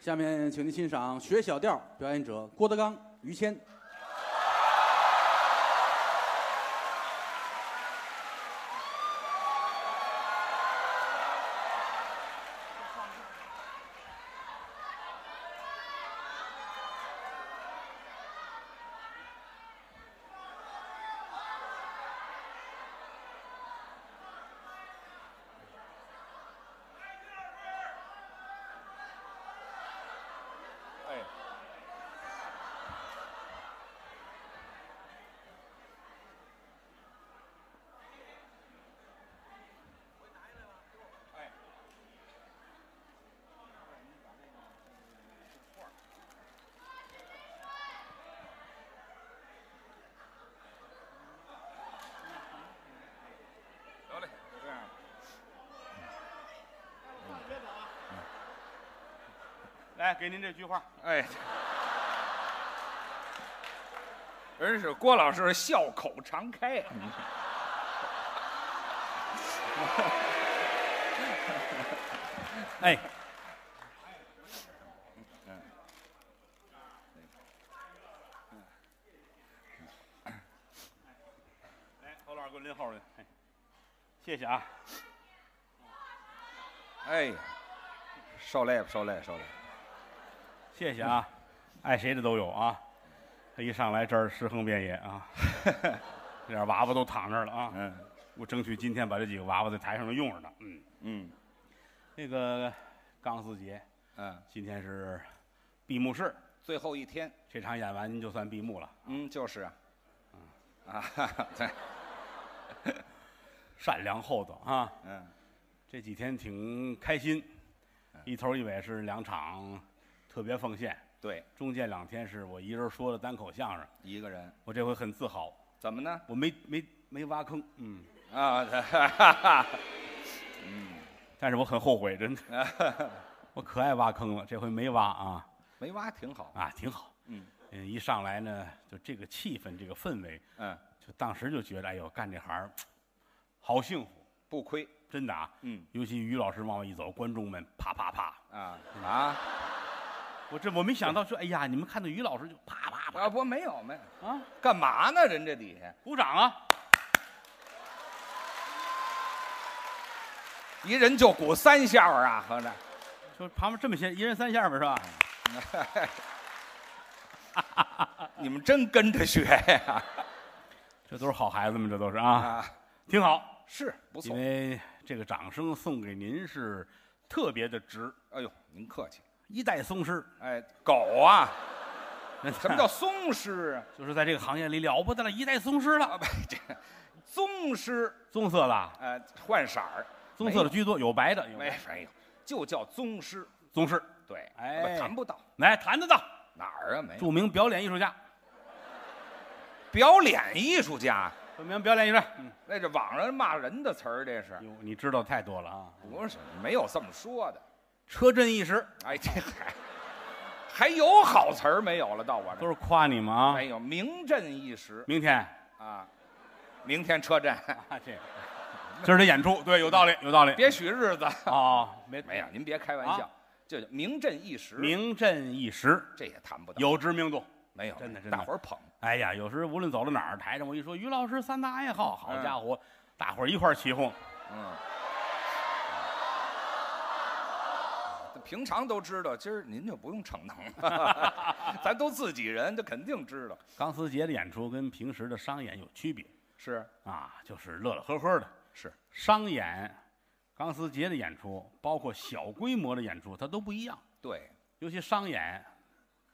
下面，请您欣赏学小调表演者郭德纲、于谦。哎，得嘞，嗯就这样吧。来，给您这句话。哎，人是郭老师笑口常开。哎，哎来，侯老师给我拎后边去。哎谢谢啊。哎，受累吧，受累，受累。谢谢啊，爱谁的都有啊。他一上来这儿尸横遍野啊，这点娃娃都躺这儿了啊。嗯我争取今天把这几个娃娃在台上能用着呢。嗯，嗯那个钢丝节，嗯，今天是闭幕式，最后一天，这场演完您就算闭幕了。嗯，就是啊，嗯啊， 哈哈对，善良厚道啊，嗯，这几天挺开心，一头一尾是两场特别奉献，对，中间两天是我一人说的单口相声，一个人我这回很自豪，怎么呢？我没没没挖坑，嗯，啊， 哈哈哈，但是我很后悔，真的， 我可爱挖坑了，这回没挖啊没挖挺好，啊，挺好，嗯嗯，一上来呢，就这个气氛，这个氛围，嗯，就当时就觉得，哎呦，干这行儿好幸福，不亏，真的啊，嗯尤其于老师往外一走，观众们啪啪啪，啊嗯啊我这我没想到说，哎呀，你们看到于老师就啪啪啪啊，不没有没有，啊，干嘛呢？人这底下鼓掌啊！一人就鼓三下儿啊，合着，就旁边这么些，一人三下吧，是吧？你们真跟着学呀？这都是好孩子们，这都是啊，啊，挺好。是不因错，为这个掌声送给您是特别的值，哎呦，您客气，一代宗师。哎，狗啊，什 什么叫松狮啊？ 就是在这个行业里了不得了，一代宗师了啊，，不，这宗师，棕色的，呃，换色儿，棕色的居多，有白的，有没没有，就叫宗师，宗师。对，哎谈不到来，谈得到，哪儿啊，没有著名表演艺术家，表演艺术家，著名表演艺术家。嗯，那这网上骂人的词儿，这是哟，你知道太多了啊，不是没有这么说的？车震一时，哎，这还还有好词儿没有了？到我这都是夸你们啊。没有，名震一时明天啊！明天车站，啊，这 今儿的演出，对，有道理，有道理。别许日子，啊，没没有，您别开玩笑啊，这叫名震一时，名震一时，这也谈不到，有知名度。没有？真的真的大伙儿捧，哎呀，有时无论走到哪儿，台上我一说于老师三大爱好，好嗯家伙，大伙儿一块儿起哄。嗯，这啊平常都知道，今儿您就不用逞能 了，咱都自己人，这肯定知道。钢丝节的演出跟平时的商演有区别是啊，就是乐乐呵呵的。是，商演、钢丝节的演出，包括小规模的演出，它都不一样。对，尤其商演，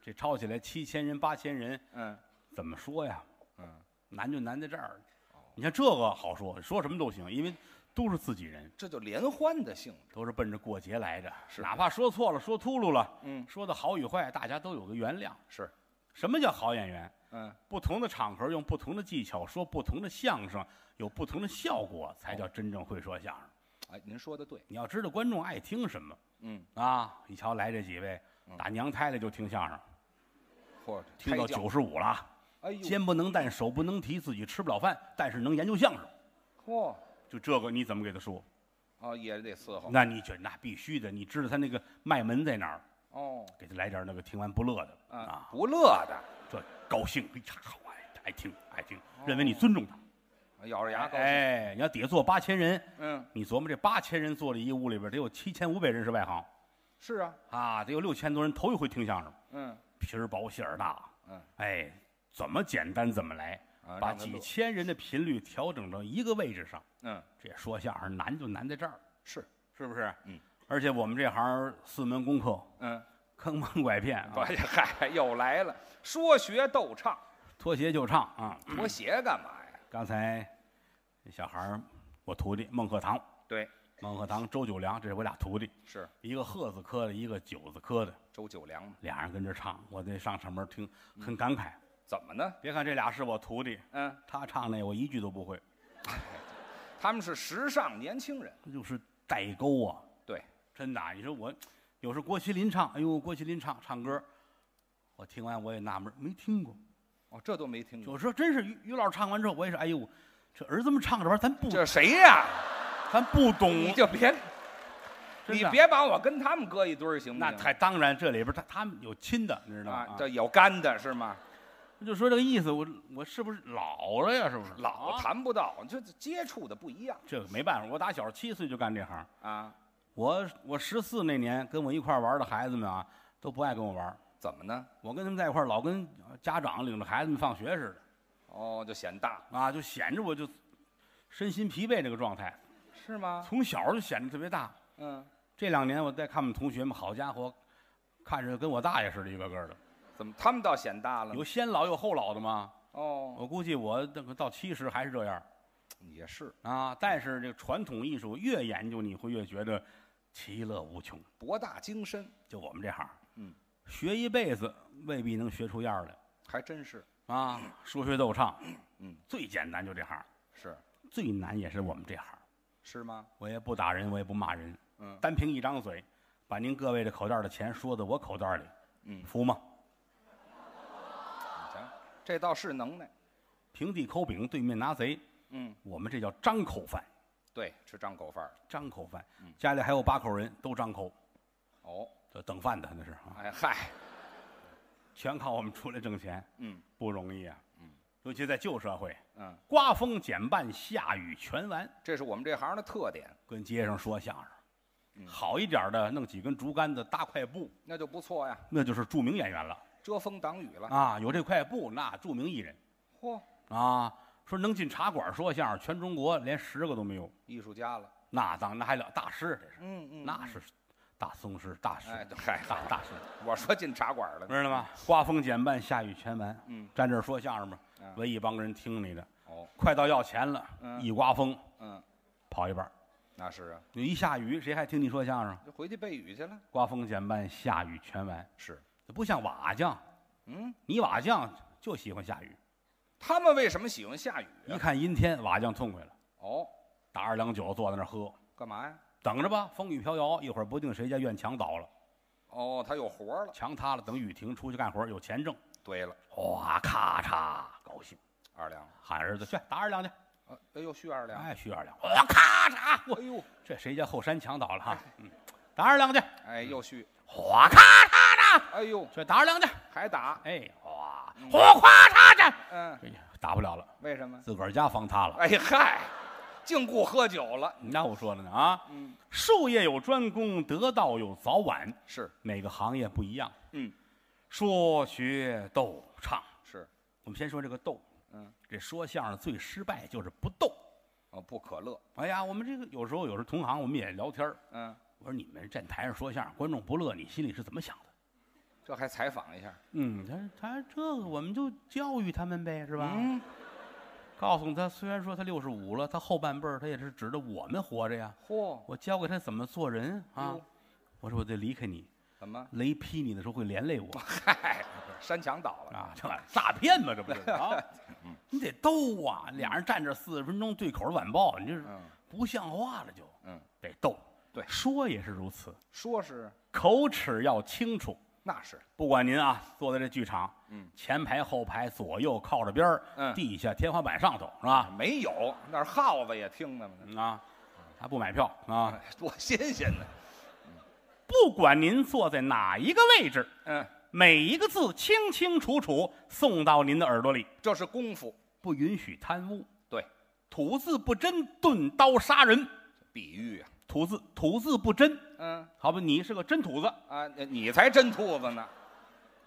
这抄起来七千人、八千人，嗯怎么说呀？嗯，难就难在这儿。哦你看这个好说，说什么都行，因为都是自己人。这就联欢的性质。都是奔着过节来的，是哪怕说错了、说秃噜了，嗯，说的好与坏，大家都有个原谅。是，什么叫好演员？嗯，不同的场合用不同的技巧说不同的相声，有不同的效果，才哦叫真正会说相声。哎，您说的对，你要知道观众爱听什么嗯，啊！一瞧来这几位，打娘胎来就听相声，或者听到嗯胎教九，十五了啊，哎呦，肩不能担，手不能提，自己吃不了饭，但是能研究相声。嚯，就这个你怎么给他说？啊，也得伺候，那你觉得那必须的，你知道他那个脉门在哪儿？哦，给他来点那个听完不乐的啊，啊，不乐的，这高兴，哎呀，好爱爱听爱听，认为你尊重他。咬着牙哦高兴。哎，你要底下坐八千人，嗯，你琢磨这八千人坐在一屋里边，得有七千五百人是外行是啊，啊，得有六千多人头一回听相声，嗯，皮儿薄馅儿大，嗯，哎，怎么简单怎么来，啊把让他几乐千人的频率调整到一个位置上，嗯，这说相声难就难在这儿，是，是不是？嗯，而且我们这行四门功课，嗯，坑蒙拐骗不啊，嗯 嗨，又来了，说学逗唱，脱鞋就唱啊。脱鞋干嘛呀？刚才那小孩儿，我徒弟孟鹤堂，对，孟鹤堂、周九良，这是我俩徒弟，是一个鹤字科的，一个九字科的，周九良嘛，俩人跟着唱，我得上上门听，很感慨。怎么呢？别看这俩是我徒弟，嗯，他唱那我一句都不会，他们是时尚年轻人，这就是代沟啊！对，真的啊，你说我有时候郭麒麟唱，哎呦，郭麒麟唱唱歌，我听完我也纳闷，没听过。哦，这都没听过，有时候真是于于老师唱完之后，我也是，哎呦，这儿子们唱这玩意儿，咱不这谁呀？咱不懂，你就别，真你的啊别把我跟他们搁一堆儿行不那行？太当然，这里边他他们有亲的，你知道吗啊，？这有干的是吗？啊我就说这个意思，我我是不是老了呀？是不是老啊谈不到，这接触的不一样这个没办法，我打小七岁就干这行。啊。我我十四那年跟我一块儿玩的孩子们啊，都不爱跟我玩儿。怎么呢？我跟他们在一块儿，老跟家长领着孩子们放学似哦，就显大的啊，就显着我就身心疲惫这个状态，是吗？从小就显得特别大。嗯，这两年我再看我们同学们，好家伙，看着跟我大爷似的，一个个的，怎么他们倒显大了呢有？先老有后老的吗？哦，我估计我这个到七十还是这样也是啊。但是这个传统艺术越研究，你会越觉得其乐无穷。博大精深，就我们这行，嗯，学一辈子未必能学出样儿来。还真是啊，说学逗唱，嗯，最简单就这行，是最难也是我们这行。是吗？我也不打人，我也不骂人，嗯单凭一张嘴，把您各位的口袋的钱说到我口袋里，嗯服吗？你瞧，这倒是能耐。平地抠饼，对面拿贼，嗯，我们这叫张口饭，对，吃张口饭儿。张口饭。家里还有八口人，都张口，哦，这等饭的那是啊，哎嗨，全靠我们出来挣钱，嗯不容易啊。嗯，尤其在旧社会，嗯，刮风减半，下雨全完，这是我们这行的特点，跟街上说相声。好一点的，弄几根竹竿子搭块布，那就不错呀，那就是著名演员了遮风挡雨了。啊！有这块布，那著名艺人嚯、啊。说能进茶馆说相声，全中国连十个都没有，艺术家了。那当那还了大师，这是嗯嗯，那是大宗师大师，哎，对嗨，大大师，我说进茶馆 了呢。知道吗？刮风减半，下雨全完。嗯，站这儿说相声吧嗯，围一帮人听你的。哦，快到要钱了，嗯一刮风嗯，跑一半儿，那是啊，你一下雨谁还听你说相声？就回去背雨去了。刮风减半，下雨全完，是，这不像瓦匠，嗯，泥瓦匠就喜欢下雨，他们为什么喜欢下雨一啊？看阴天，瓦匠痛快了，哦，打二两酒坐在那儿喝，干嘛呀？等着吧，风雨飘摇，一会儿不定谁家院墙倒了，哦，他有活儿了。墙塌了，等雨停，出去干活有钱挣，对了，哗咔嚓，高兴，二两，喊儿子去打二两去，呃，哎呦，续二两，哎，续二两，哗咔嚓，我哎呦，这谁家后山墙倒了哈，嗯，打二两去，哎，又续，哗咔嚓嚓，哎呦，这打二两去，还打，哎，哗，哗咔嚓嚓，嗯，哎呀，打不了了，为什么？自个儿家房塌了，哎嗨，净顾喝酒了。那我说了呢啊。嗯，术业有专攻，得道有早晚，是每个行业不一样。嗯，说学逗唱，是，我们先说这个逗。嗯，这说相声最失败就是不逗。哦，不可乐，哎呀，我们这个有时候有时候同行我们也聊天儿嗯，我说你们站台上说相声，观众不乐，你心里是怎么想的？这还采访一下，嗯，他他这个我们就教育他们呗，是吧？嗯，告诉他，虽然说他六十五了，他后半辈儿他也是指着我们活着呀。嚯，我教给他怎么做人啊哟。我说我得离开你，怎么？雷劈你的时候会连 累我。嗨，山墙倒了，啊，这玩意儿诈骗嘛，这不是 啊？你得逗啊！俩人站这四十分钟对口晚报，你这是嗯不像话了就，嗯，得逗。对说也是如此，说是口齿要清楚。那是，不管您啊，坐在这剧场，嗯，前排、后排、左右、靠着边儿，嗯地下、天花板、上头，是吧？没有，那儿耗子也听着呢， 嗯啊，还不买票啊？哎多新鲜呢，不管您坐在哪一个位置，嗯，每一个字清清楚楚送到您的耳朵里，这是功夫，不允许贪污，对，吐字不真，钝刀杀人。比喻啊，吐字吐字不真，嗯好比你是个真兔子，啊，你才真兔子呢，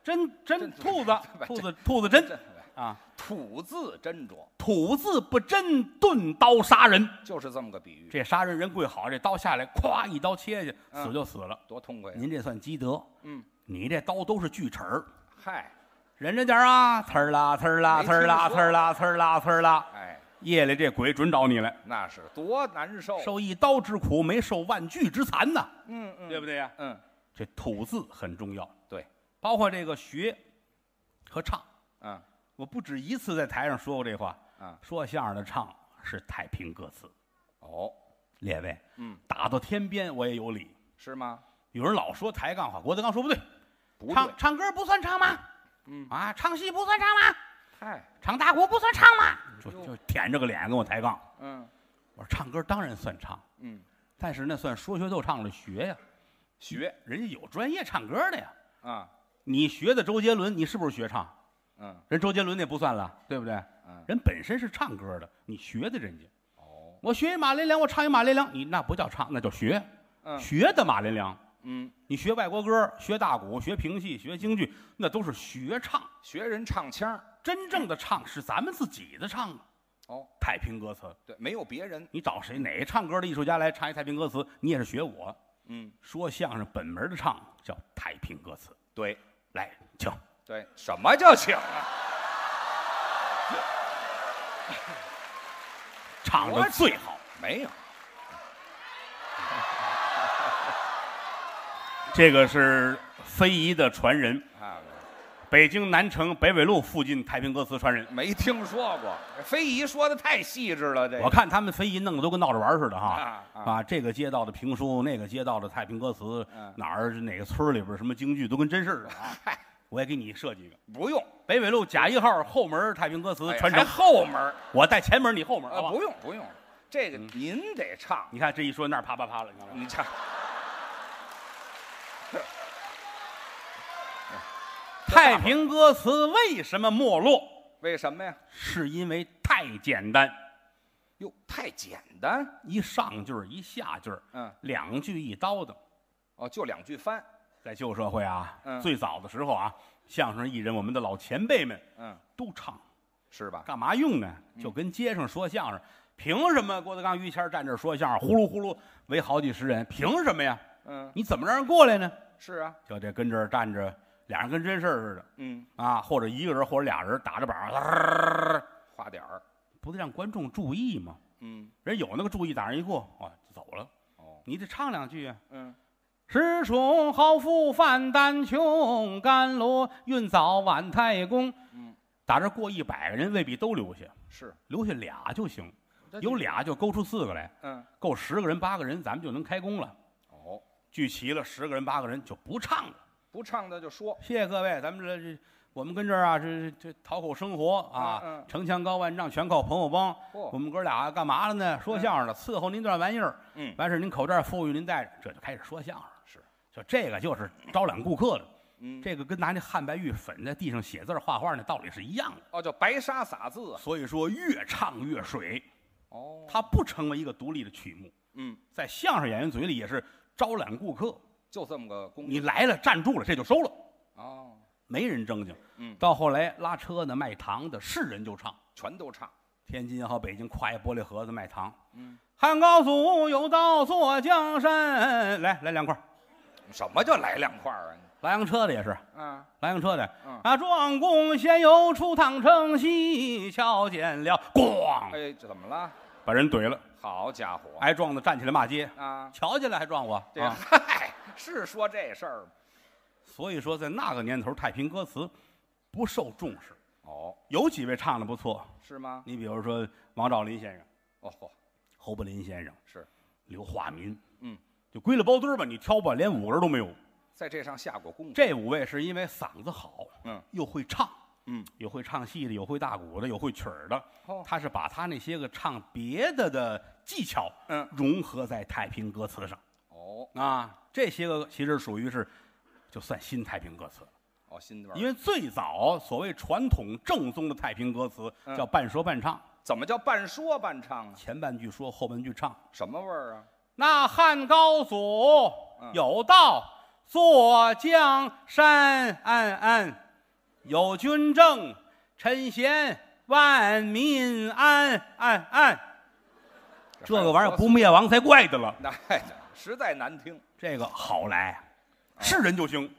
真真真 兔子，兔兔子子兔子真这啊，吐字斟酌，吐字不真，钝刀杀人。就是这么个比喻，这杀人人跪好，这刀下来，咵一刀切下去，嗯死就死了。多痛快呀！您这算积德，嗯，你这刀都是锯齿儿，嗨，忍着点儿啊，呲儿啦呲儿啦没呲儿啦呲听说儿啦呲儿啦呲儿啦，哎，夜里这鬼准找你来，那是多难受，受一刀之苦，没受万锯之残呐，嗯嗯，对不对呀？嗯，这吐字很重要，对，包括这个学和唱，嗯，我不止一次在台上说过这话。啊，说相声的唱是太平歌词，哦，列位，嗯，打到天边我也有理。是吗？有人老说抬杠话，郭德纲说不对，不对，唱唱歌不算唱吗？嗯啊，唱戏不算唱吗？嗨，唱大鼓不算唱吗？就就舔着个脸跟我抬杠。嗯我说唱歌当然算唱，嗯，但是那算说学逗唱的学呀，学人家有专业唱歌的呀。啊，你学的周杰伦，你是不是学唱？嗯人周杰伦那不算了，对不对？嗯，人本身是唱歌的，你学的人家。哦，我学一马连良，我唱一马连良，你那不叫唱，那叫学。嗯学的马连良，嗯，你学外国歌，学大鼓，学评戏，学京剧，那都是学唱。学人唱腔儿，真正的唱是咱们自己的唱啊。哦，太平歌词，对，没有别人，你找谁哪个唱歌的艺术家来唱一太平歌词，你也是学我。嗯，说相声本门的唱叫太平歌词，对来，请对，什么叫请啊？唱的最好。没有，这个是非遗的传人，啊，北京南城北纬路附近太平歌词传人。没听说过，非遗说的太细致了，这我个看他们非遗弄得都跟闹着玩儿似的哈啊啊这个街道的评书，那个街道的太平歌词，嗯哪儿哪个村儿里边儿什么京剧都跟真事儿似的啊！我也给你设计一个，不用，北纬路甲一号后门儿太平歌词哎传还承，后门儿，我带前门儿，你后门儿，好呃，吧？不用不用，这个您得唱，你看这一说那儿啪啪啪了，你看吗？你唱，太平歌词为什么没落？为什么呀？是因为太简单，哟，太简单，一上句儿一下句儿，嗯，两句一刀的。哦，就两句翻，在旧社会啊，嗯最早的时候啊，相声艺人我们的老前辈们嗯，都唱。是吧？干嘛用呢？就跟街上说相声，凭什么郭德纲、于谦站这儿说相声，呼噜呼噜围好几十人，凭什么呀？嗯，你怎么让人过来呢？是啊，就这跟这儿站着，俩人跟真事儿似的嗯，啊，或者一个人或者俩人打着板儿，花点儿，不得让观众注意吗？嗯，人有那个注意，打人一过，啊，就走了。哦，你得唱两句啊。嗯，时穷好富饭丹穷，甘罗运早晚太公。嗯，打这儿过一百个人，未必都留下，是，留下俩就行。这就有，俩就勾出四个来，嗯，够十个人八个人，咱们就能开工了。哦，聚齐了十个人八个人就不唱了。不唱的就说，谢谢各位，咱们这这我们跟这儿啊，这这这讨口生活啊，嗯嗯城墙高万丈全靠朋友帮。我嚯，们哥俩干嘛了呢？说相声的，伺候您段玩意儿。嗯完事儿您口罩富裕您带着，这就开始说相声。是，就这个就是招揽顾客的，嗯，这个跟拿那汉白玉粉在地上写字儿画画那道理是一样的。哦，叫白沙撒字啊，所以说越唱越水，哦，它不成为一个独立的曲目。嗯，在相声演员嘴里也是招揽顾客，就这么个功你力，来了站住了，这就收了，哦，没人正经。嗯到后来拉车的、卖糖的，是人就唱。全都唱，天津也好，北京挎一玻璃盒子卖糖。嗯，汉高祖有道坐江山，来来两块儿。什么叫来两块儿啊？拉洋车的也是，你啊，拉洋车的嗯啊，壮公闲游出趟城西，瞧见了，咣，哎，这怎么了？把人怼了，好家伙，挨撞的站起来骂街，啊，瞧见了还撞我这哎啊！嗨，是说这事儿吗？所以说，在那个年头，太平歌词不受重视，哦，有几位唱的不错，是吗？你比如说王兆林先生、哦嚯，侯伯林先生、是刘化民，嗯，就归了包堆儿吧，你挑吧，连五个人都没有。在这上下过功夫，这五位是因为嗓子好，嗯，又会唱，嗯，有会唱戏的，有会大鼓的，有会曲儿的。哦他是把他那些个唱别的的技巧，嗯，融合在太平歌词上。哦，有啊，这些个其实属于是，就算新太平歌词，哦，新段儿。因为最早所谓传统正宗的太平歌词嗯叫半说半唱，怎么叫半说半唱啊？前半句说，后半句唱。什么味儿啊？那汉高祖嗯有道，坐江山安安，有军政，臣贤，万民安安安。这个玩意儿不灭亡才怪的了。那、哎实在难听。这个好来，啊是人就行。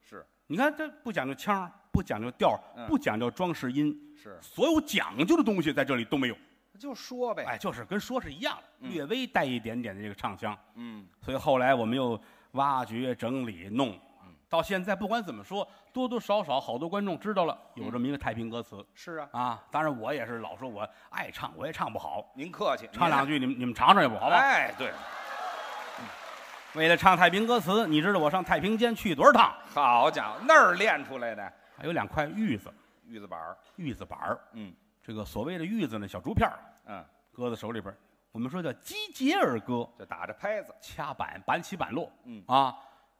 是嗯你看这不讲究腔儿，不讲究调儿，嗯不讲究装饰音，是，所有讲究的东西在这里都没有。就说呗。哎，就是跟说是一样的，嗯略微带一点点的这个唱腔。嗯，所以后来我们又挖掘、整理、弄嗯，到现在不管怎么说，多多少少好多观众知道了有这么一个太平歌词是啊，啊。当然我也是老说我爱唱，我也唱不好，您客气，唱两句句你们你们尝尝也不好吧？哎，对，为了唱太平歌词，你知道我上太平间去多少趟？好家伙，那儿练出来的还有两块玉子，玉子板儿，玉子板儿。嗯这个所谓的玉子呢，小竹片儿，嗯，搁在手里边儿，我们说叫击节而歌，就打着拍子，掐板板起板落。嗯啊，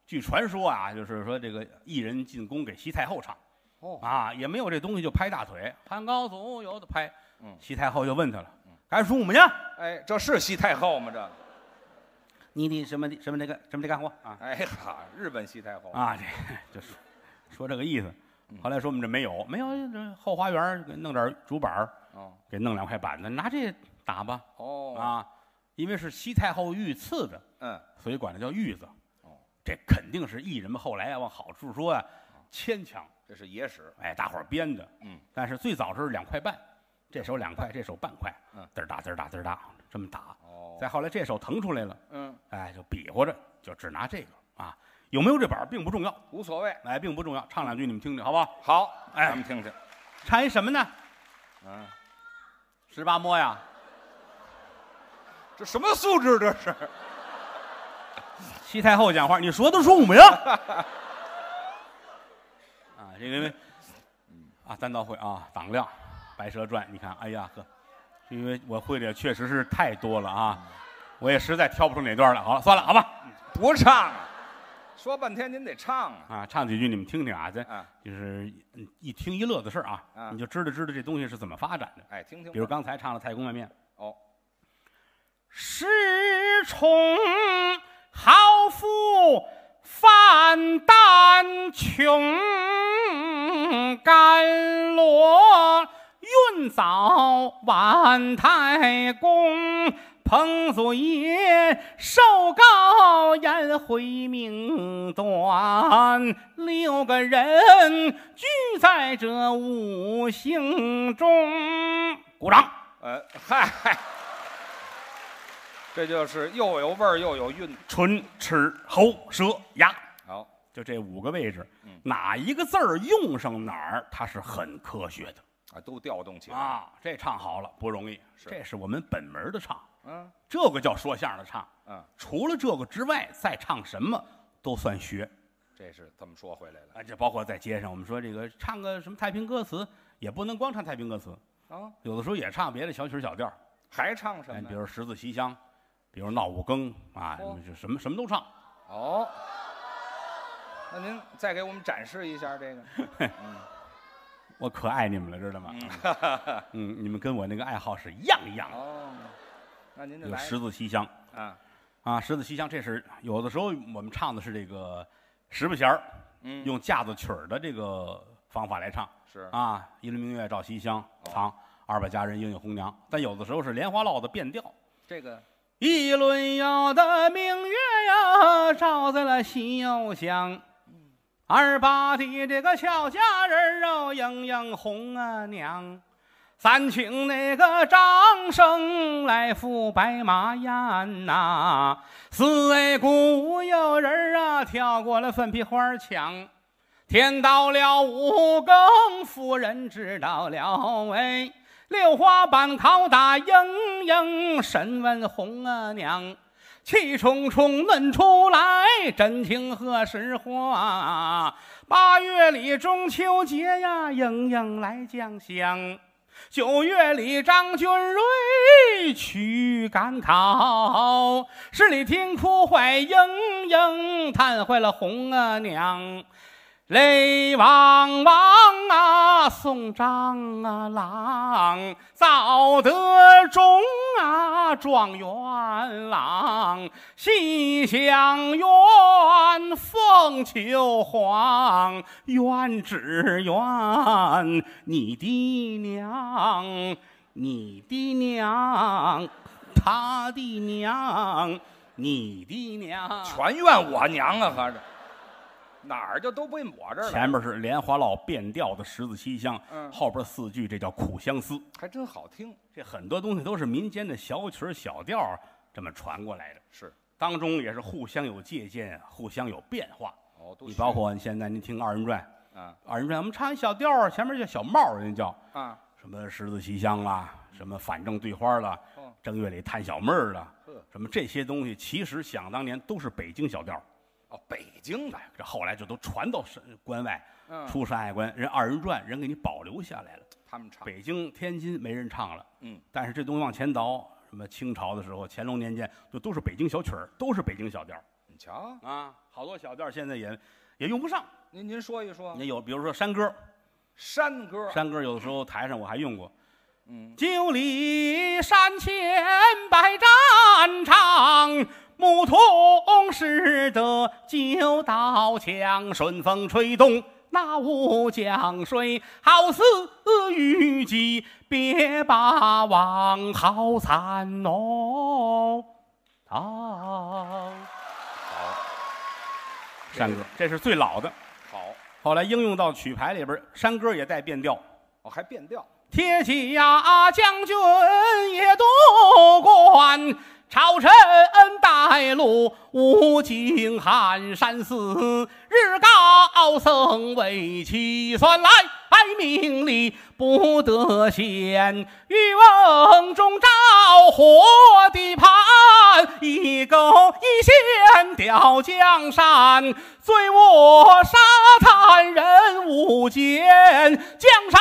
据传说啊，就是说这个艺人进宫给西太后唱。哦，啊，也没有这东西就拍大腿，汉高祖有的拍，嗯西太后就问他了，赶紧数我们去，哎，这是西太后吗？这个，你得什么的什么这个什么这干活啊哎哈，日本西太后，啊，这这说说这个意思。后来说我们这没有，没有这后花园儿给弄点竹板儿哦给弄两块板子，拿这打吧哦，啊，因为是西太后御赐的，嗯，所以管它叫御子哦。这肯定是艺人们后来啊往好处说呀、牵强，这是野史，哎，大伙儿编的。嗯，但是最早是两块半，这手两块，这手半块，嗯，嘚儿打嘚儿打嘚儿打，这么打。哦，再后来这手腾出来了，嗯，哎，就比划着，就只拿这个啊，有没有这板儿并不重要，无所谓，哎，并不重要。唱两句你们听听，好不好？好，哎咱们听听，唱一什么呢？嗯，十八摸呀，这什么素质这是？西太后讲话，你说的是我们呀？ 啊，这个因为啊，单刀会啊，党亮，《白蛇传》，你看，哎呀呵，因为我会的也确实是太多了啊，我也实在挑不出哪段来。好了，算了，好吧。不唱啊，说半天您得唱啊，啊，唱几句你们听听啊，这啊，就是嗯一听一乐的事儿啊，啊你就知道知道这东西是怎么发展的。哎，听听吧，比如刚才唱了《太公卖面》，哦，恃宠豪富泛淡穷，甘罗运早晚太公。彭祖爷寿高颜回命短，六个人聚在这五行中。鼓掌。呃，嗨，这就是又有味儿又有韵，唇、齿、喉、舌、牙，好，就这五个位置，嗯哪一个字儿用上哪儿，它是很科学的啊，都调动起来，啊。这唱好了不容易，是这是我们本门的唱，嗯这个叫说相声的唱。嗯，除了这个之外，再唱什么都算学这是这么说回来了啊。这包括在街上，我们说这个唱个什么太平歌词，也不能光唱太平歌词，啊，有的时候也唱别的小曲儿小调儿，还唱什哎，么比呢？如十字西厢，比如闹五更啊，哦什么什么什么都唱。哦，那您再给我们展示一下这 个，嗯我可爱你们了，知道吗？嗯，你们跟我那个爱好是一样一样的。哦，那您就有来十字西厢啊，啊，十字西厢，这是有的时候我们唱的是这个十不弦儿，嗯，用架子曲儿的这个方法来唱是哦啊，一轮明月照西厢，唐二百佳人应有红娘。但有的时候是莲花落的变调，这个一轮有的明月呀，照在了西游乡。二八的这个俏佳人儿哦，盈盈红啊娘。三请那个张生来赴白马宴呐、四 A 鼓舞有人儿啊，跳过了粉皮花墙。天到了五更，夫人知道了哎。六花板拷打盈盈，审问红阿娘，气冲冲论出来，真情和实话。八月里中秋节呀，盈盈来将香。九月里，张君瑞去赶考，十里听哭坏莺莺，叹坏了红额娘。雷汪汪啊，送张啊郎，造得中啊状元郎，西厢院凤求凰，愿只愿你的娘，你的娘，他的娘，你的娘。全怨我娘啊，合着哪儿就都奔我这儿了，前面是莲花落变调的十字西厢，嗯后边四句这叫苦相思。还真好听。这很多东西都是民间的小曲儿小调儿这么传过来的，是当中也是互相有借鉴，互相有变化。哦，都你学包括你现在您听二人转，啊二人转我们唱一小调儿，前面叫小帽儿，人家叫啊，什么十字西厢啦，嗯什么反正对花啦哦，正月里探小妹儿啦呵，什么这些东西，其实想当年都是北京小调儿，哦，北京的，哎这后来就都传到山关外。嗯，出山海关，人二人转人给你保留下来了。他们唱北京、天津没人唱了，嗯，但是这东西往前倒，什么清朝的时候、乾隆年间，就都是北京小曲儿，都是北京小调儿你瞧，啊。好多小调儿哦现在也也用不上。您您说一说也有，比如说山歌，山歌，山歌有的时候台上我还用过。嗯，九里山前百战场，牧童拾得九道枪，顺风吹动那乌江水，好似虞姬别把王，好惨哦！啊，好，山歌，这是最老的，好，后来应用到曲牌里边儿，山歌也带变调。哦，还变调，铁骑呀，将军也夺冠，朝臣带路，武警寒山寺，日高僧为其算来，命里不得闲。玉瓮中着火的盘，一钩一线吊江山，醉卧沙滩人无间，江山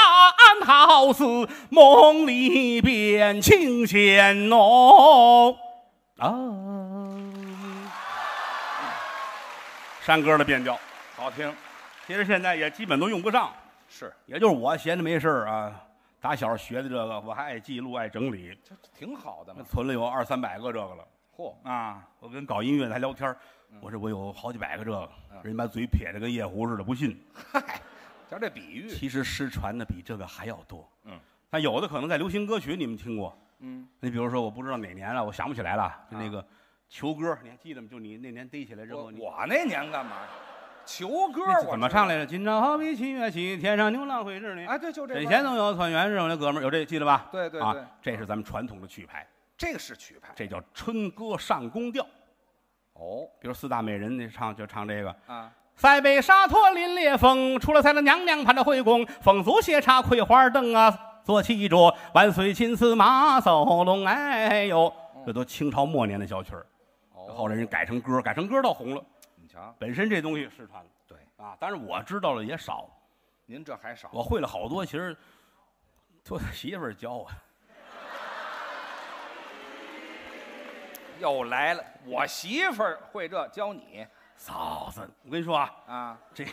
好似梦里变清闲哦。啊，山歌的变调，好听，其实现在也基本都用不上。是，也就是我闲着没事儿啊，打小学的这个，我还爱记录、爱整理，这这挺好的嘛。存了有二三百个这个了嚯，啊！我跟搞音乐的还聊天儿嗯我说我有好几百个这个，人家把嘴撇的跟夜壶似的，不信。嗨，瞧这比喻，其实失传的比这个还要多。嗯，但有的可能在流行歌曲你们听过，嗯，啊你比如说我不知道哪年了，我想不起来了，就那个球歌，你还记得吗？就你那年逮起来之我后，你我那年干嘛？求歌那我怎么知唱道来？着？今朝好比七月起，天上牛郎会织女。哎，对，就这味神儿。仙都有，团圆是我那哥们儿，有这记得吧？对对对啊，这是咱们传统的曲牌，这个是曲牌这叫春歌上宫调。哦比如四大美人，那唱就唱这个。啊，塞北沙陀林烈风，出了塞的娘娘盘着惠公，凤足斜插葵花凳啊，坐骑着万岁金丝马走龙，哎呦，这都清朝末年的小曲儿，哦，后来人改成歌，改成歌倒红了。你瞧，本身这东西失传了对，啊，但是我知道了也少，您这还少，我会了好多，其实我媳妇儿教我。又来了。我媳妇儿会这，教你嫂子，我跟你说啊，啊，这哦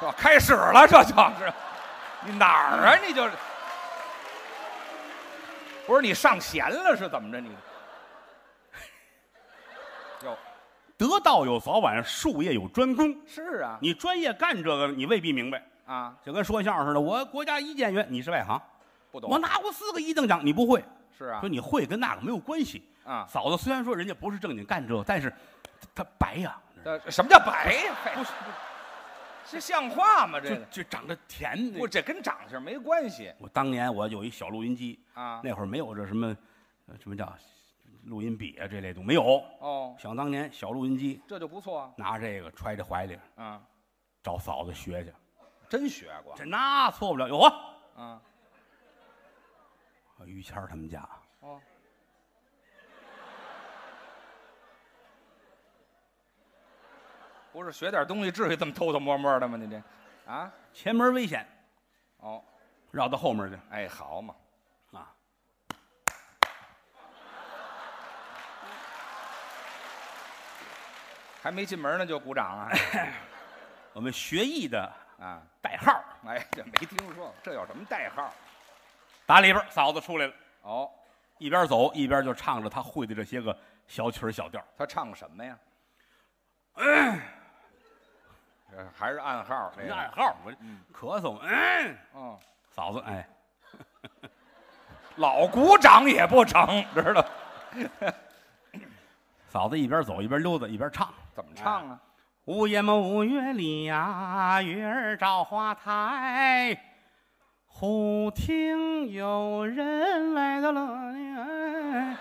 这开始了，这就是你哪儿啊？你就是不是你上弦了是怎么着？你哟，得道有早晚，术业有专攻。是啊你专业干这个，你未必明白。啊，就跟说相声似的，我国家一建员，你是外行，不懂我拿过四个一等奖，你不会。是啊说你会跟那个没有关系。啊，嫂子虽然说人家不是正经干这，个，但是他白呀，这什么叫白呀？嘿不是，这像话吗？这就个就长得甜的不，。这跟长相没关系我当年我有一小录音机，啊。那会儿没有这什么，呃什么叫录音笔啊这类东西没有。哦，想当年小录音机，这就不错啊。拿这个揣着怀里，啊，找嫂子学去，真学过这那错不了。有啊，啊。于谦儿他们家，哦，不是学点东西，至于这么偷偷摸摸的吗？你这，啊，前门危险，哦，绕到后面去哎，好嘛，啊。还没进门呢就鼓掌啊我们学艺的啊！代号哎，这没听说过，这有什么代号？打里边儿，嫂子出来了，哦，一边走一边就唱着她会的这些个小曲儿小调儿。他唱什么呀？这 还是暗号这暗个。号，我咳嗽，嗯，嗯，嫂子，哎， 老鼓掌也不成，知道？ 嫂子一边走一边溜达一边唱。怎么唱啊？五月么五月里呀、月儿照花台，忽听有人来到了，哎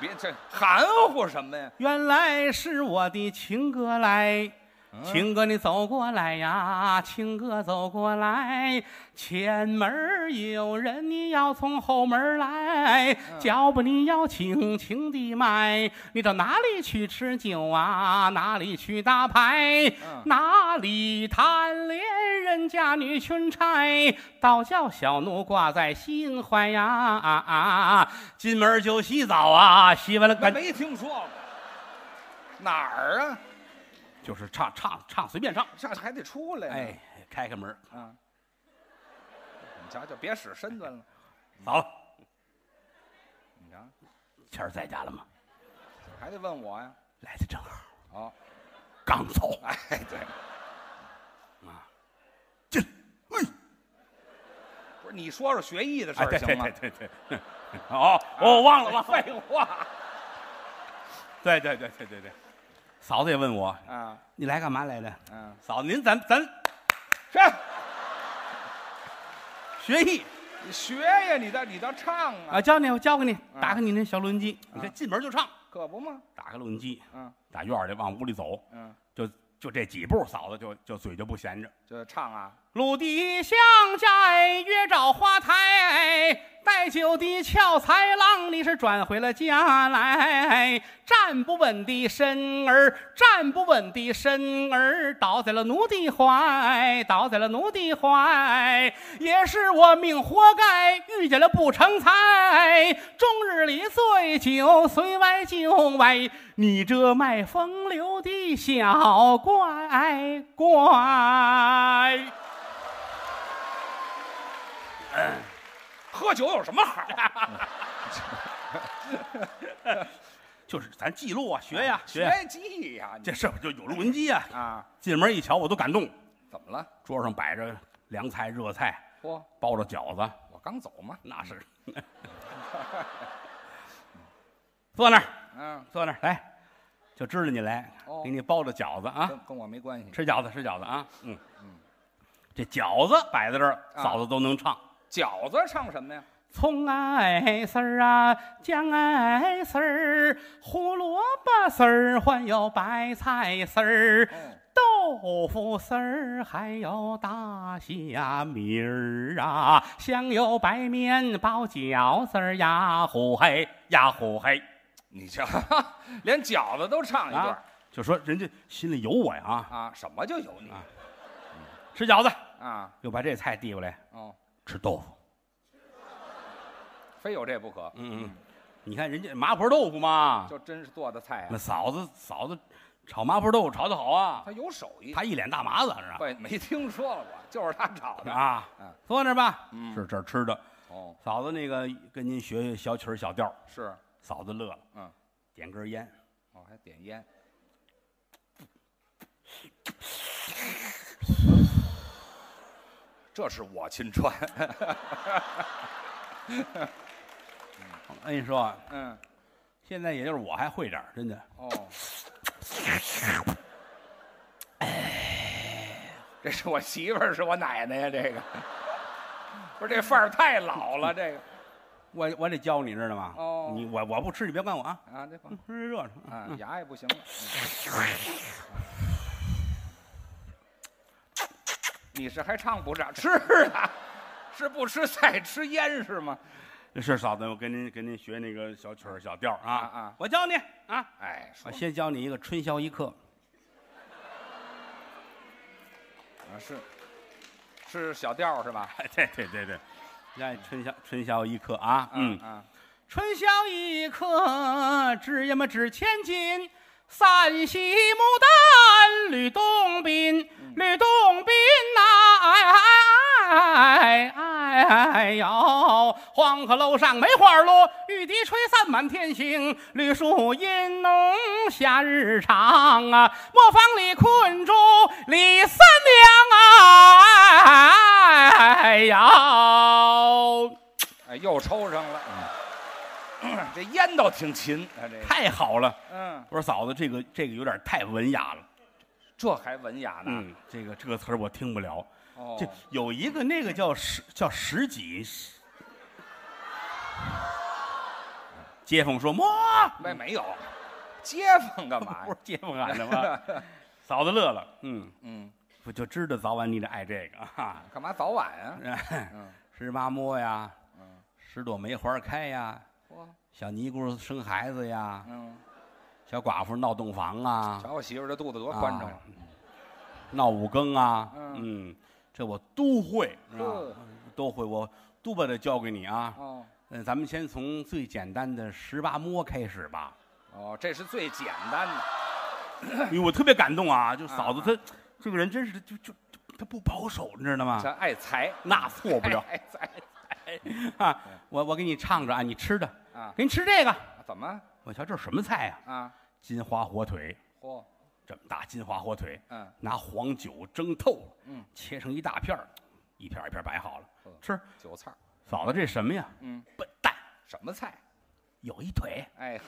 别这含糊什么呀？原来是我的情哥来。嗯情哥，你走过来呀！情哥，走过来，前门儿有人，你要从后门儿嗯来。脚步你要轻轻地迈，你到哪里去吃酒啊？哪里去打牌？嗯哪里贪恋人家女裙钗？倒叫小奴挂在心怀呀！啊啊！进门儿就洗澡啊，洗完了没赶没听说过，哎哪儿啊？就是唱唱唱，随便唱。上还得出来呢。哎，开开门儿，啊，你瞧瞧，别使身段了。嫂子，你瞧，谦儿在家了吗？还得问我呀？来的正好，哦，刚走，哎，对，进。不是你说说学艺的事哎，儿对行对吗哎对？对对，哦，我忘了忘了。废话对对对对对对，嫂子也问我，啊，你来干嘛来了？嗯，嫂子，您咱咱这学艺你学呀，你倒你倒唱啊，啊，教你我教给你，打开你那小录音机，你看进门就唱，可不吗？打开录音机，嗯打院里往屋里走，嗯，就就这几步，嫂子就就嘴就不闲着。就唱啊，鲁地相债，月照花台。带酒的俏才郎，你是转回了家来，站不稳的身儿，站不稳的身儿，倒在了奴的怀，倒在了奴的怀，也是我命活该，遇见了不成才，终日里醉酒，随歪就歪，你这卖风流的小乖乖。喝酒有什么好？啊就是咱记录啊，学呀、学呀、 学技呀，你这是不是就有录音机啊？啊，进门一瞧，我都感动。怎么了？桌上摆着凉菜、热菜，嚯，包着饺子，我刚走嘛，那是。坐那儿，嗯，坐那儿，来，就知道你来，哦给你包着饺子啊，跟跟我没关系。吃饺子，吃饺子啊，嗯这饺子摆在这儿，啊嫂子都能唱。饺子唱什么呀？葱哎丝儿啊，姜哎丝儿，胡萝卜丝儿，还有白菜丝儿，哦，豆腐丝儿，还有大虾米儿啊，香油白面包饺子儿呀，呼嘿呀呼嘿你瞧， 连饺子都唱一段啊儿！就说人家心里有我呀啊！啊？什么就有你啊吃饺子啊？又把这菜递过来，哦，吃豆腐。非有这不可，嗯嗯，你看人家麻婆豆腐嘛，就真是做的菜那啊，嫂子嫂子炒麻婆豆腐炒的好啊，他有手艺。她一脸大麻子是吧？对， 没听说过，就是他炒的。啊嗯，坐那儿吧，嗯是这儿吃的。 哦，嫂子那个跟您学学小曲儿小调儿，是，嫂子乐了，嗯，点根烟。哦，还点烟，这是我亲穿。我跟你说啊，嗯，现在也就是我还会点儿真的。哦，这是我媳妇儿，是我奶奶呀，这个。不是这范儿太老了，这个我我得教你知道吗？哦你我我不吃，你别管我啊，啊，这不吃热着。啊，牙也不行了。你是还唱不唱？吃啊，是不吃菜吃烟是吗？是嫂子，我跟您跟您学那个小曲儿小调儿啊啊啊我教你啊，哎，说我先教你一个《春宵一刻啊是是小调是吧？》 。对对对对，哎，春宵春宵一刻啊，嗯，啊，春宵一刻，值呀么值千金。山西牡丹，吕洞宾，吕洞宾呐、哎哎哎哎哎呦！黄鹤楼上梅花落，玉笛吹散满天星。绿树阴浓夏日长啊，磨坊里困住李三娘啊！哎呦！哎，又抽上了。嗯 这烟倒挺勤啊，这个，太好了！嗯，我说嫂子，这个这个有点太文雅了。这还文雅呢。嗯，这个这个词儿我听不了。哦，这有一个那个叫十叫十几，街坊说妈，没 没有，街坊干嘛不呀是？哎街坊喊的吗？ 嫂子乐了，嗯，嗯，我就知道早晚你得爱这个啊。干嘛早晚呀？嗯， 十八摸呀嗯，十朵梅花开呀，嚯，小尼姑生孩子呀，嗯，小寡妇闹洞房啊，瞧我媳妇儿这肚子多宽敞啊，闹五更啊，嗯嗯，这我都会，是吧呵，都会，我都把它交给你啊。哦嗯，咱们先从最简单的十八摸开始 吧。哦，这是最简单的。因为我特别感动啊，就嫂子啊她这个人真是就就就她不保守，你知道吗这？爱财，那错啊不了爱财啊！我我给你唱着啊，你吃的，啊？给你吃这个。怎么我瞧这是什么菜呀、啊？金华火腿，嚯，这么大金华火腿，嗯，拿黄酒蒸透了，嗯，切成一大片儿，一片儿一片儿摆好了嗯，吃。韭菜儿，嫂子这什么呀？嗯，笨蛋，什么菜？有一腿。哎，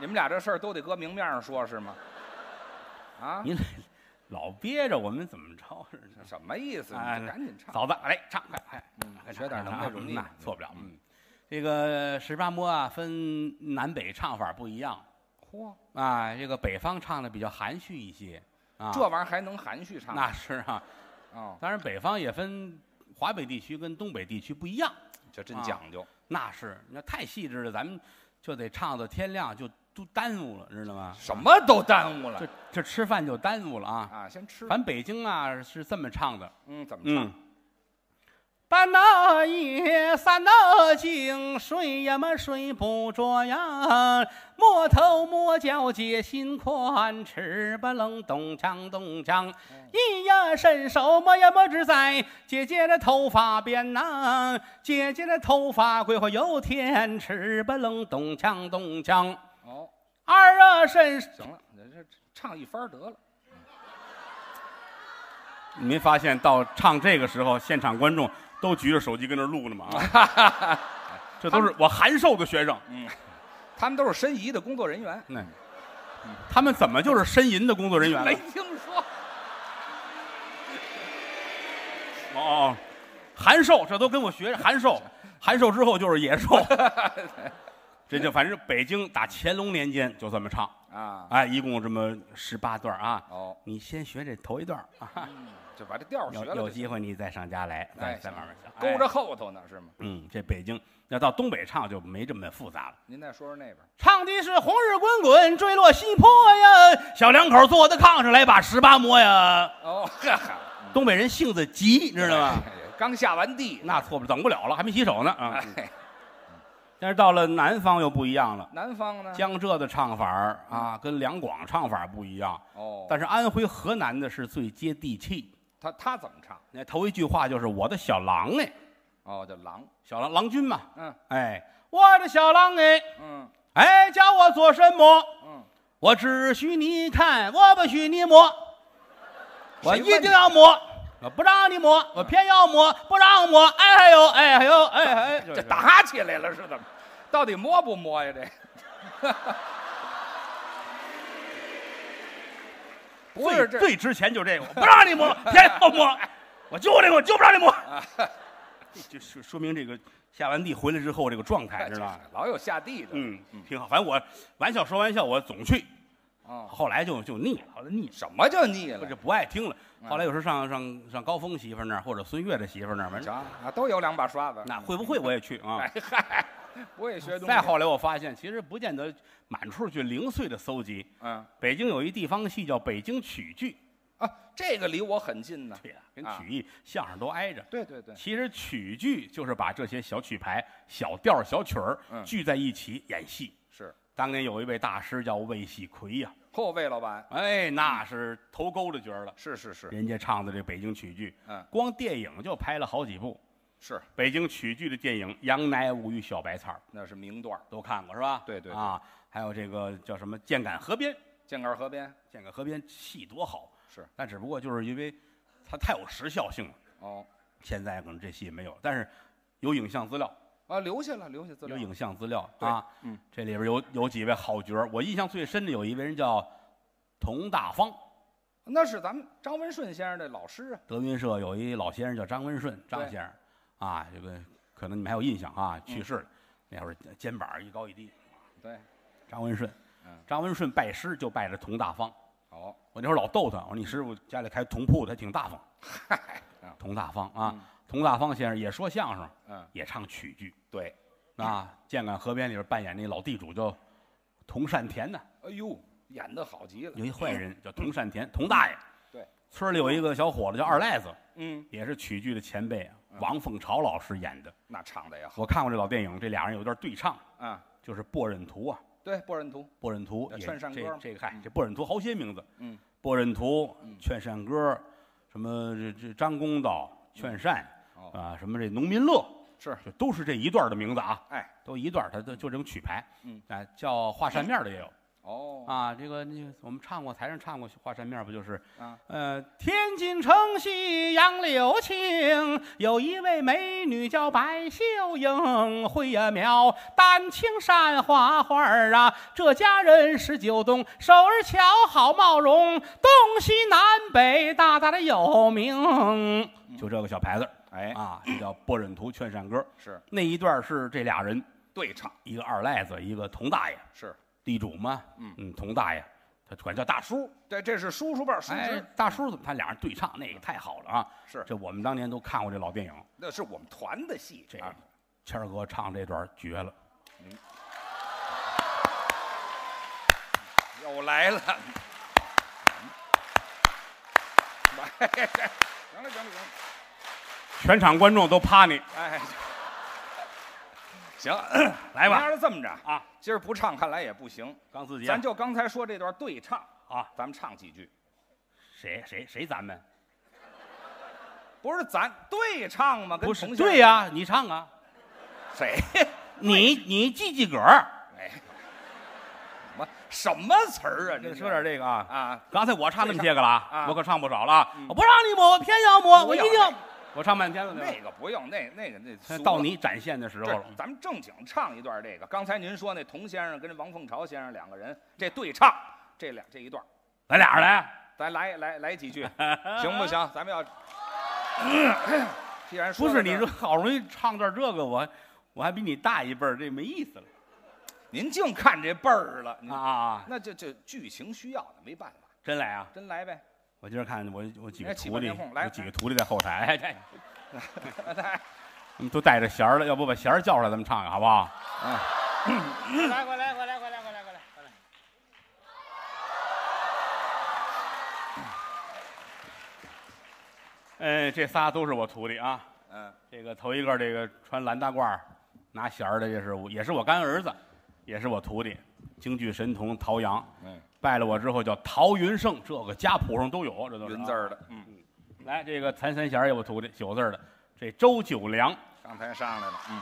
你们俩这事儿都得搁明面上说，是吗？啊？您老憋着我们怎么着似的？什么意思？哎你就赶紧唱。嫂子，来唱，快哎快。嗯，学点能耐容易那吗，错不了。嗯嗯，这个十八摸啊，分南北唱法不一样嚯，啊。这个北方唱的比较含蓄一些啊，这玩意儿还能含蓄唱？那是啊。哦，当然，北方也分华北地区跟东北地区不一样，这真啊讲究。那是那太细致了，咱们就得唱到天亮，就都耽误了，知道吗？什么都耽误这了这吃饭就耽误了啊。啊！先吃，咱北京啊是这么唱的，嗯，怎么唱？嗯。半那夜三那更，睡呀么睡不着呀，摸头摸脚解心宽，吃吧冷咚锵咚锵，一呀伸手摸呀摸只在姐姐的头发边呐，姐姐的头发桂花油添，吃吧冷咚锵咚锵，哦，二啊伸，行了，你这唱一番儿得了。你没发现到唱这个时候，现场观众都举着手机跟那录呢 吗？啊，这都是我函授的学生。他们都是申遗的工作人员，那、他们怎么就是呻吟的工作人员了没？听说。哦哦，函授，这都跟我学函 授，函授之后就是野兽。这就反正北京打乾隆年间就这么唱，啊，哎，一共这么十八段啊。哦，嗯你先学这头一段啊，就把这调儿学有了有就行，机会你再上家来，哎再再慢慢想。勾着哎，后头呢是吗？嗯，这北京要到东北唱就没这么复杂了。您再说说那边儿，唱的是红日滚滚坠落西坡呀，小两口坐在炕上来把十八摸呀。哦，哈哈，东北人性子急，知道吗？哎？刚下完地， 那错不了等不了了，还没洗手呢啊！哎，但是到了南方又不一样了，南方呢？江浙的唱法儿啊，跟两广唱法儿不一样。哦，但是安徽、河南的是最接地气。他他怎么唱？那头一句话就是我的小郎哎，哦，叫狼，小郎郎君嘛，嗯哎，我的小郎哎，嗯哎，叫我做什么？嗯，我只许你看，我不许你摸，我谁一问定要摸，我不让你摸，我偏要摸，不让摸，哎还有哎还有哎哎，这打起来了是怎么？到底摸不摸呀？这 不是这最值钱就这个，我不让你摸，偏要摸，我就这个，我就不让你摸。这就说明这个下完地回来之后这个状态，知道吧？？哎老有下地的，嗯，挺好。反正我玩笑说玩笑，我总去，哦，后来就就腻了，后来腻了。什么叫腻我了就？不爱听了。后来有时候上上上高峰媳妇那儿，或者孙越的媳妇那儿，反瞧正啊，都有两把刷子。那会不会我也去啊哎？嗨，我也学东西。再，后来我发现，其实不见得满处去零碎的搜集。嗯北京有一地方戏叫北京曲剧，啊、啊，这个离我很近 呢。对呀、跟啊曲艺、相声都挨着。对对对，其实曲剧就是把这些小曲牌、小调儿、小曲儿嗯聚在一起演戏。是。当年有一位大师叫魏喜奎呀、后魏老板，哎，那是头勾着角儿了。是是是人家唱的这北京曲剧，嗯光电影就拍了好几部。是，北京曲剧的电影《杨乃武与小白菜儿那是名段儿。》都看过是吧？对对对啊，还有这个叫什么《箭杆河边》，《建杆河边箭杆河边》戏多好，是但只不过就是因为它太有时效性了，哦现在可能这戏没有，但是有影像资料，啊，留下了留下资有料。影像资料对啊。嗯，这里边有有几位好角儿，我印象最深的有一位人叫佟大方，那是咱们张文顺先生的老师啊。德云社有一老先生叫张文顺，张先生，啊，这个可能你们还有印象啊，去世了，那会儿肩膀一高一低，嗯对，张文顺嗯，张文顺拜师就拜着佟大方，好，我那会儿老逗他，我说你师傅家里开铜铺的，还挺大方，啊佟大方啊嗯，佟大方先生也说相声，嗯，也唱曲剧，对。啊，箭杆河边里边扮演那老地主叫佟善田呢，哎呦，演的好极了。有一坏人叫佟善田，佟大爷，嗯对，村里有一个小伙子叫二赖子，嗯，也是曲剧的前辈啊，王凤朝老师演的。那唱的也好我看过这老电影，这俩人有一段对唱，啊。就是《拨忍图》啊，对，《波人图》 《拨忍图》呃也劝善歌这嘛这个嗨嗯，这《拨忍图》好些名字，嗯，拨忍图嗯》、劝善歌，什么这这张公道、劝善哦啊，什么这农民乐，是，就都是这一段的名字啊，哎，都一段，它都就这种曲牌，嗯，哎，叫画扇面的也有哦啊，这个那个我们唱过，台上唱过画扇面，不就是啊，呃，天津城西杨柳青，有一位美女叫白秀英，会呀描丹青山花花儿啊。这家人十九冬，首尔桥好貌容，东西南北大大的有嗯名。就这个小牌子哎，啊，这叫《拨忍图劝善歌》。是那一段是这俩人，对唱，一个二赖子，一个佟大爷，是地主嘛，嗯嗯，佟大爷，他管叫大叔。对，这是叔叔辈儿叔哎侄，，大叔怎么他俩人对唱？那个太好了啊！是这我们当年都看过这老电影，那是我们团的戏这啊。谦儿哥唱这段儿绝了，又来 了。哎行了行了行了，全场观众都趴你，哎，行，来吧明儿这么着啊，今儿不唱看来也不行，刚自己啊咱就刚才说这段对唱，啊，咱们唱几句，谁谁谁咱们不是咱对唱吗？跟不是同学对呀，你唱啊，谁？你你记记个儿，哎，什么什么词儿啊？这说点这个啊，啊，刚才我唱那么些个了啊啊，我可唱不少了啊，我不让你抹，我偏要抹，我不一要定那，我唱半天了，对那吧个不用，那那个那俗了到你展现的时候这了，咱们正经唱一段这个。刚才您说那童先生跟王凤朝先生两个人这对唱，这两这一段，咱俩人来，啊咱来来 来几句，行不行？咱们要，既然 说不到是这你儿说，好容易唱段这个，我我还比你大一辈儿，这没意思了。您净看这辈儿了，您啊，那这这剧情需要的，没办法，真来啊！真来呗。我今儿看我我几个哎起徒吧弟，面孔来有几个徒弟在后台，哎，这来，他们都带着弦儿了，要不把弦儿叫出来，咱们唱一个好嗯不好？来，快来，快来，快来，快来，快来，快来！嗯，这仨都是我徒弟啊。嗯，这个头一个，这个穿蓝大褂儿拿弦儿的，这是我，也是我干儿子，也是我徒弟，京剧神童陶阳。嗯，拜了我之后叫陶云胜，这个家谱上都有，这都是啊云字儿。的，嗯，来，这个谭三弦儿也我徒弟，九字儿的，这周九良，刚才上来了，嗯，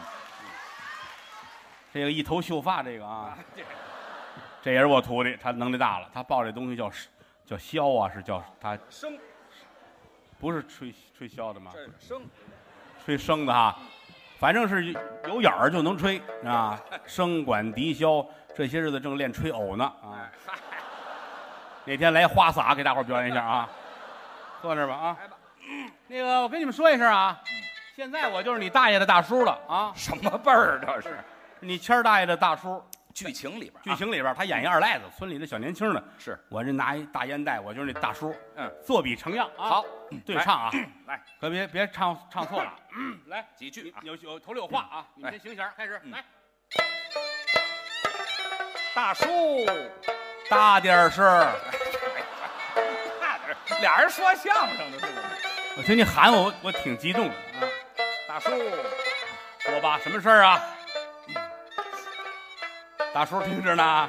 这个一头秀发，这个啊，这这也是我徒弟，他能力大了，他抱这东西叫是叫箫啊，是叫他生不是吹吹箫的吗？这生吹笙的哈，反正是有眼儿就能吹啊，笙管笛箫，这些日子正练吹偶呢哎啊。哪天来花洒给大伙儿表演一下啊，坐那儿吧啊来吧。那个我跟你们说一声啊，现在我就是你大爷的大叔了啊，什么辈儿这是？你谦儿大爷的大叔。剧情里边啊剧情里边儿他演一二赖子，村里的小年轻呢，是我这拿一大烟袋，我就是那大叔，嗯，作比成样啊。好，对唱啊，来，可别别唱唱错了。来几句 啊。有有头里有话啊，你们先行弦儿开始嗯来。大叔，大点儿声儿，大点儿俩人说相声的，是怎么着？我听你喊我，我我挺激动的。大叔，说吧，什么事儿啊？大叔听着呢，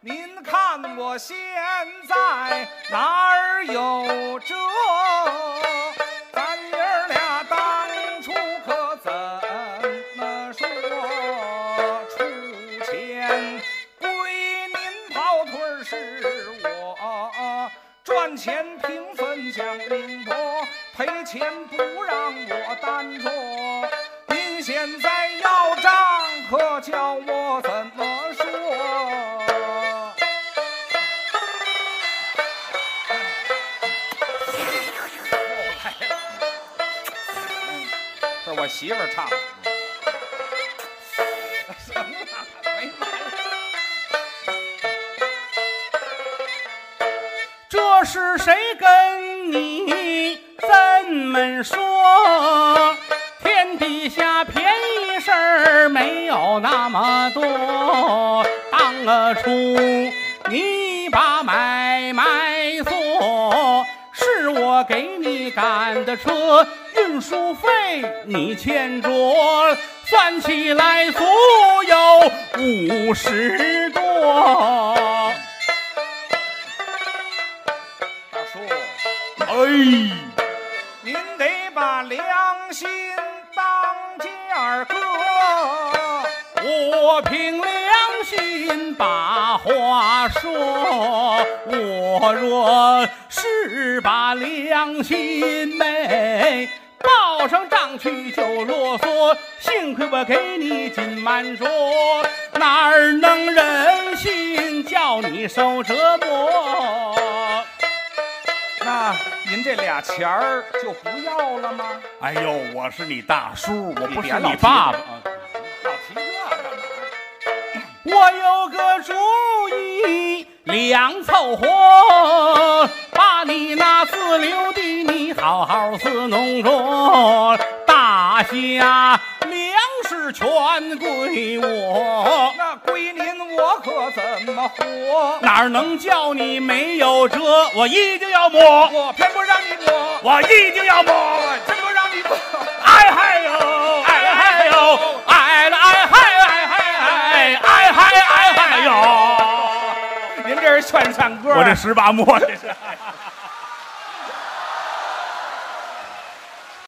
您看我现在哪儿有辙？咱爷儿俩当初可怎么说？出钱归您跑腿儿是我，赚钱平分享您多，赔钱不让我担着。您现在要账，可叫我怎么说？这是我媳妇儿唱的。什么玩意儿？没完了。这是谁跟你怎么说？天底下便宜事儿没有那么多，当得初你把买卖做，是我给你赶的车，运输费你欠着，算起来足有五十多。大叔，哎。您得把良心当家搁。我凭良心把话说，我若是把良心没报上账去就啰嗦，幸亏我给你紧瞒着，哪儿能忍心叫你受折磨？那您这俩钱儿就不要了吗？哎呦，我是你大叔，我不是你爸爸。老提这干嘛？我有个主意，两凑合，把你那自留地你好好自弄着，大虾粮食全归我，那归您，我可怎么活？哪儿能叫你没有辙？我一定要摸，我偏不让你过，我一定要摸，我真不让你过。哎嗨哟，哎嗨哟，哎了哎嗨哎嗨哎哎嗨哎嗨哟。您这是劝唱歌啊，我这十八摸，这是。